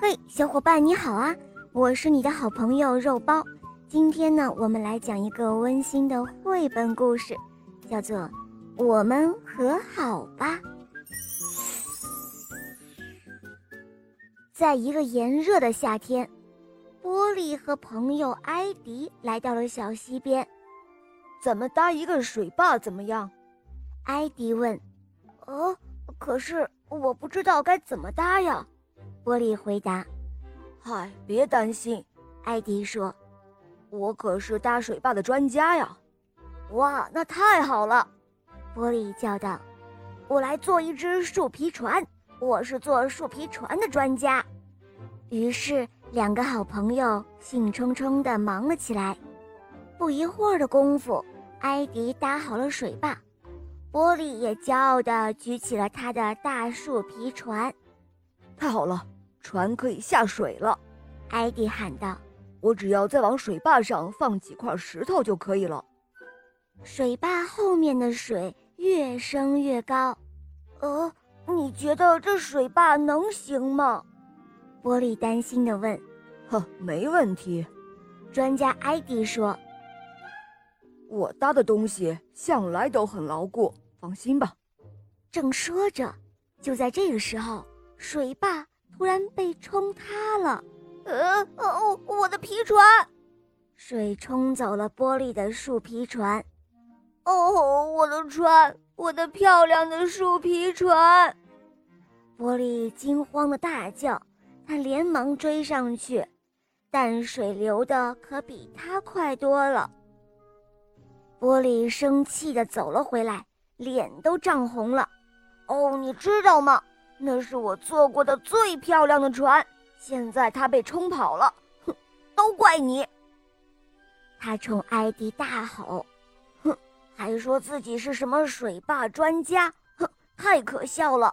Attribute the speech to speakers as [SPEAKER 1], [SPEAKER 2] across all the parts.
[SPEAKER 1] 嘿，小伙伴你好啊！我是你的好朋友肉包。今天呢，我们来讲一个温馨的绘本故事，叫做《我们和好吧》。在一个炎热的夏天，波利和朋友埃迪来到了小溪边。
[SPEAKER 2] 咱们搭一个水坝怎么样？
[SPEAKER 1] 埃迪问：“哦，可是我不知道该怎么搭呀。”波利回答。
[SPEAKER 2] 嗨，别担心，
[SPEAKER 1] 埃迪说
[SPEAKER 2] 我可是搭水坝的专家呀。：“
[SPEAKER 1] 哇，那太好了！”波利叫道：“我来做一只树皮船，我是做树皮船的专家。”于是，两个好朋友兴冲冲地忙了起来。不一会儿的功夫，埃迪搭好了水坝，波利也骄傲地举起了他的大树皮船。
[SPEAKER 2] 太好了，船可以下水了。
[SPEAKER 1] 埃迪喊道。
[SPEAKER 2] 我只要再往水坝上放几块石头就可以了。
[SPEAKER 1] 水坝后面的水越升越高。呃，你觉得这水坝能行吗？波利担心地问。
[SPEAKER 2] 呵，没问题，
[SPEAKER 1] 专家埃迪说
[SPEAKER 2] 我搭的东西向来都很牢固，放心吧。：“
[SPEAKER 1] 正说着，就在这个时候，水坝突然被冲塌了。呃，哦，我的皮船！水冲走了波利的树皮船。哦，我的船，我的漂亮的树皮船！波利惊慌的大叫，他连忙追上去，但水流的可比他快多了。波利生气的走了回来，脸都涨红了。哦，你知道吗？那是我坐过的最漂亮的船，现在它被冲跑了，哼，都怪你！他冲埃迪大吼，哼，还说自己是什么水坝专家，哼，太可笑了！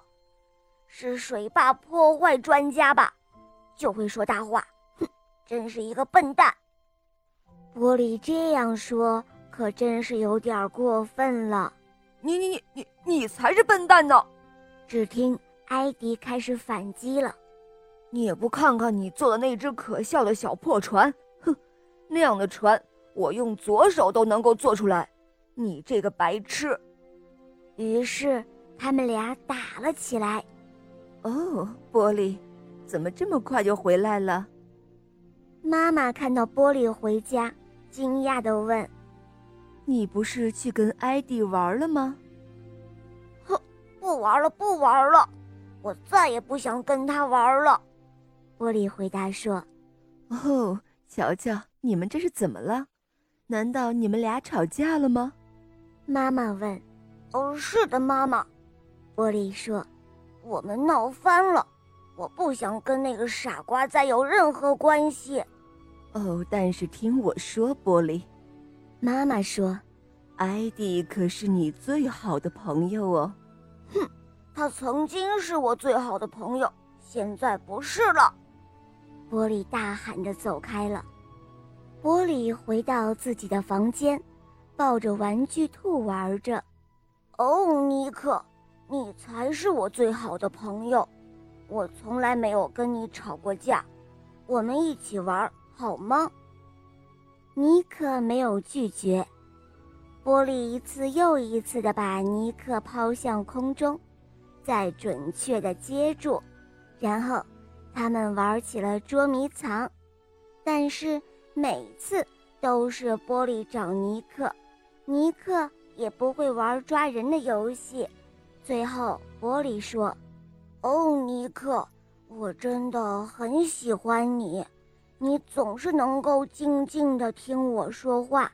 [SPEAKER 1] 是水坝破坏专家吧？就会说大话，哼，真是一个笨蛋。波利这样说，可真是有点儿过分了。
[SPEAKER 2] 你你你你你才是笨蛋呢！
[SPEAKER 1] 只听埃迪开始反击了。
[SPEAKER 2] 你也不看看你做的那只可笑的小破船，哼，那样的船我用左手都能够做出来，你这个白痴！
[SPEAKER 1] 于是他们俩打了起来。
[SPEAKER 2] 哦，玻璃，怎么这么快就回来了？
[SPEAKER 1] 妈妈看到波利回家，惊讶地问
[SPEAKER 2] 你不是去跟艾迪玩了吗？：“
[SPEAKER 1] 不玩了，不玩了，我再也不想跟他玩了。”波利回答说
[SPEAKER 2] 哦，瞧瞧，你们这是怎么了？难道你们俩吵架了吗？：“
[SPEAKER 1] 妈妈问，哦，是的，妈妈。”波利说：“我们闹翻了，我不想跟那个傻瓜再有任何关系。
[SPEAKER 2] 哦，但是听我说，玻璃，”
[SPEAKER 1] 妈妈说
[SPEAKER 2] 艾迪可是你最好的朋友哦。：“
[SPEAKER 1] 他曾经是我最好的朋友，现在不是了。”波利大喊着走开了。波利回到自己的房间，抱着玩具兔玩着。哦，尼克，你才是我最好的朋友，我从来没有跟你吵过架，我们一起玩好吗？尼克没有拒绝。波利一次又一次地把尼克抛向空中，再准确地接住，然后他们玩起了捉迷藏，但是每次都是波利找尼克，尼克也不会玩抓人的游戏。最后，波利说：“哦，尼克，我真的很喜欢你，你总是能够静静的听我说话，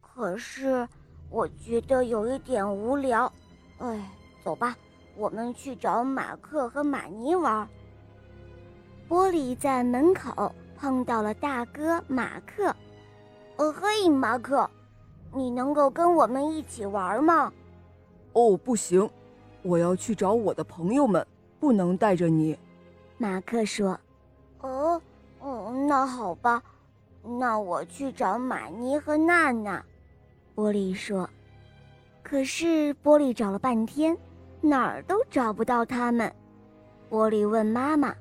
[SPEAKER 1] 可是我觉得有一点无聊。哎，走吧，我们去找马克和马尼玩儿。”波利在门口碰到了大哥马克。哦嘿，马克，你能够跟我们一起玩吗？
[SPEAKER 2] 哦，不行，我要去找我的朋友们，不能带着你。
[SPEAKER 1] 马克说：“哦，哦，那好吧，那我去找马尼和娜娜。”波利说。可是波利找了半天，哪儿都找不到他们。波利问妈妈：“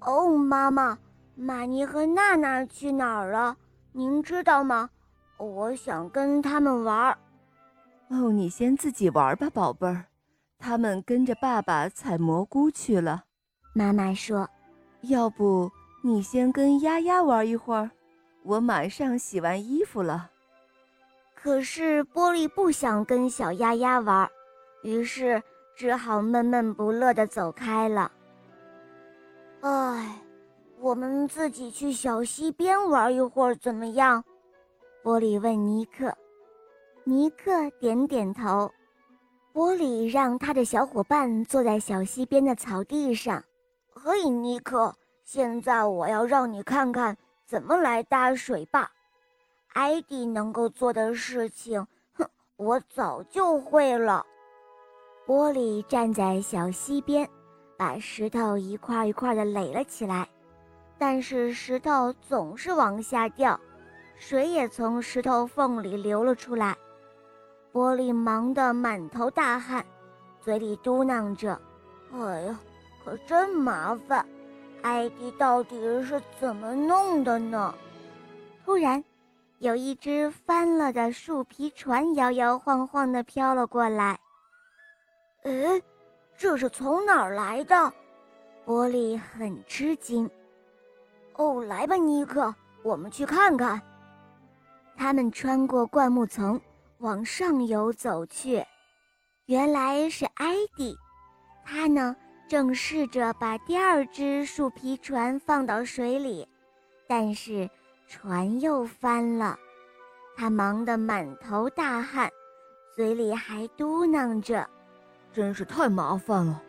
[SPEAKER 1] 哦，妈妈，玛尼和娜娜去哪儿了？您知道吗？我想跟他们玩儿。
[SPEAKER 3] 哦，你先自己玩吧，宝贝儿。他们跟着爸爸采蘑菇去了，
[SPEAKER 1] 妈妈说
[SPEAKER 3] 要不你先跟丫丫玩一会儿，我马上洗完衣服了。：“
[SPEAKER 1] 可是玻璃不想跟小丫丫玩儿，于是只好闷闷不乐地走开了。”唉，我们自己去小溪边玩一会儿怎么样？玻璃问尼克。尼克点点头。玻璃让他的小伙伴坐在小溪边的草地上。嘿，尼克，现在我要让你看看怎么来搭水坝。艾迪能够做的事情，哼，我早就会了。玻璃站在小溪边，把石头一块一块的垒了起来，但是石头总是往下掉，水也从石头缝里流了出来。玻璃忙得满头大汗，嘴里嘟囔着：“哎呀，可真麻烦！艾迪到底是怎么弄的呢？”突然，有一只翻了的树皮船摇摇晃晃地飘了过来。诶，这是从哪儿来的？玻璃很吃惊。哦，来吧，尼克，我们去看看。他们穿过灌木丛，往上游走去。原来是艾迪，他呢正试着把第二只树皮船放到水里，但是船又翻了。他忙得满头大汗，嘴里还嘟囔着。
[SPEAKER 2] 真是太麻烦了。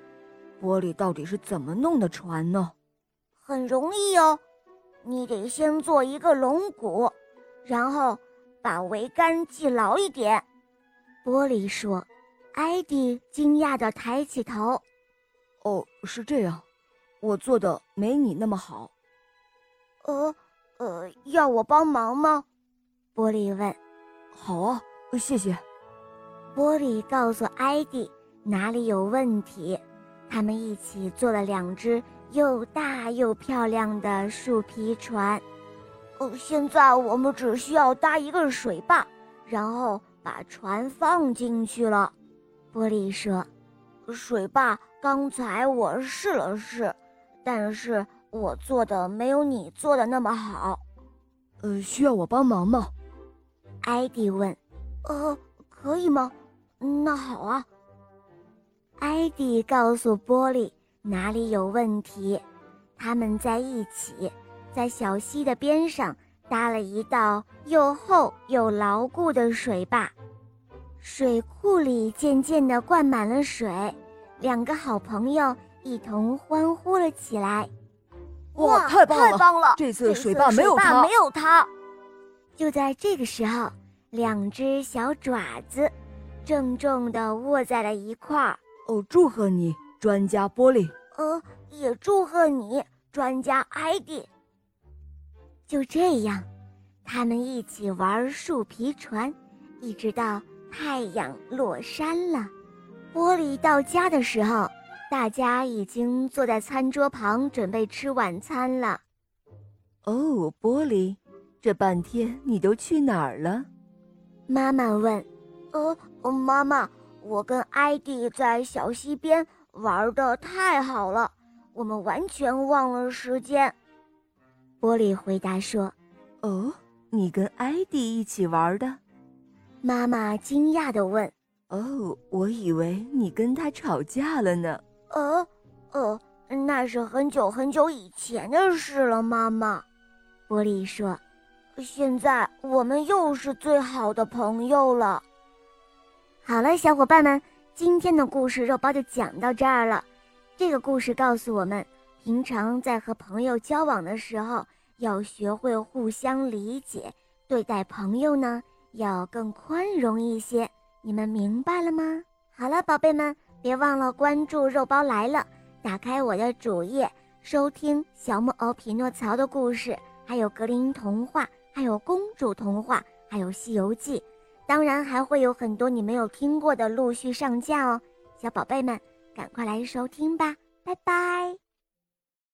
[SPEAKER 2] 玻璃到底是怎么弄的船呢？
[SPEAKER 1] 很容易哦，你得先做一个龙骨，然后把桅杆系牢一点。玻璃说，艾迪惊讶地抬起头。
[SPEAKER 2] 哦，是这样，我做的没你那么好。
[SPEAKER 1] 呃，呃，要我帮忙吗？玻璃问。
[SPEAKER 2] 好啊，谢谢。
[SPEAKER 1] 玻璃告诉艾迪哪里有问题，他们一起做了两只又大又漂亮的树皮船。哦，现在我们只需要搭一个水坝，然后把船放进去了。玻璃说：“水坝刚才我试了试，但是我做的没有你做的那么好。”
[SPEAKER 2] 呃，需要我帮忙吗？
[SPEAKER 1] 艾迪问：“呃，可以吗？”“那好啊。”艾迪告诉玻璃哪里有问题，他们在一起在小溪的边上搭了一道又厚又牢固的水坝，水库里渐渐地灌满了水，两个好朋友一同欢呼了起来。
[SPEAKER 2] 哇太棒了
[SPEAKER 1] 了
[SPEAKER 2] 这次水坝没有塌
[SPEAKER 1] 没有塌。就在这个时候，两只小爪子重重地握在了一块儿。
[SPEAKER 2] 哦，祝贺你，专家玻璃。
[SPEAKER 1] 呃，也祝贺你，专家艾迪。就这样，他们一起玩树皮船，一直到太阳落山了。玻璃到家的时候，大家已经坐在餐桌旁准备吃晚餐了。
[SPEAKER 3] 哦，玻璃，这半天你都去哪儿了？
[SPEAKER 1] 妈妈问：“呃，妈妈，我跟艾迪在小溪边玩的太好了，我们完全忘了时间。”玻璃回答说
[SPEAKER 3] 哦，你跟艾迪一起玩的？：“
[SPEAKER 1] 妈妈惊讶地问，
[SPEAKER 3] 哦，我以为你跟他吵架了呢。
[SPEAKER 1] 呃，呃，那是很久很久以前的事了，妈妈。”玻璃说：“现在我们又是最好的朋友了。”好了，小伙伴们，今天的故事肉包就讲到这儿了。这个故事告诉我们，平常在和朋友交往的时候，要学会互相理解，对待朋友呢要更宽容一些。你们明白了吗？好了，宝贝们，别忘了关注“肉包来了”，打开我的主页，收听《小木偶匹诺曹》的故事，还有格林童话，还有公主童话，还有《西游记》，当然还会有很多你没有听过的陆续上架哦。小宝贝们，赶快来收听吧，拜拜。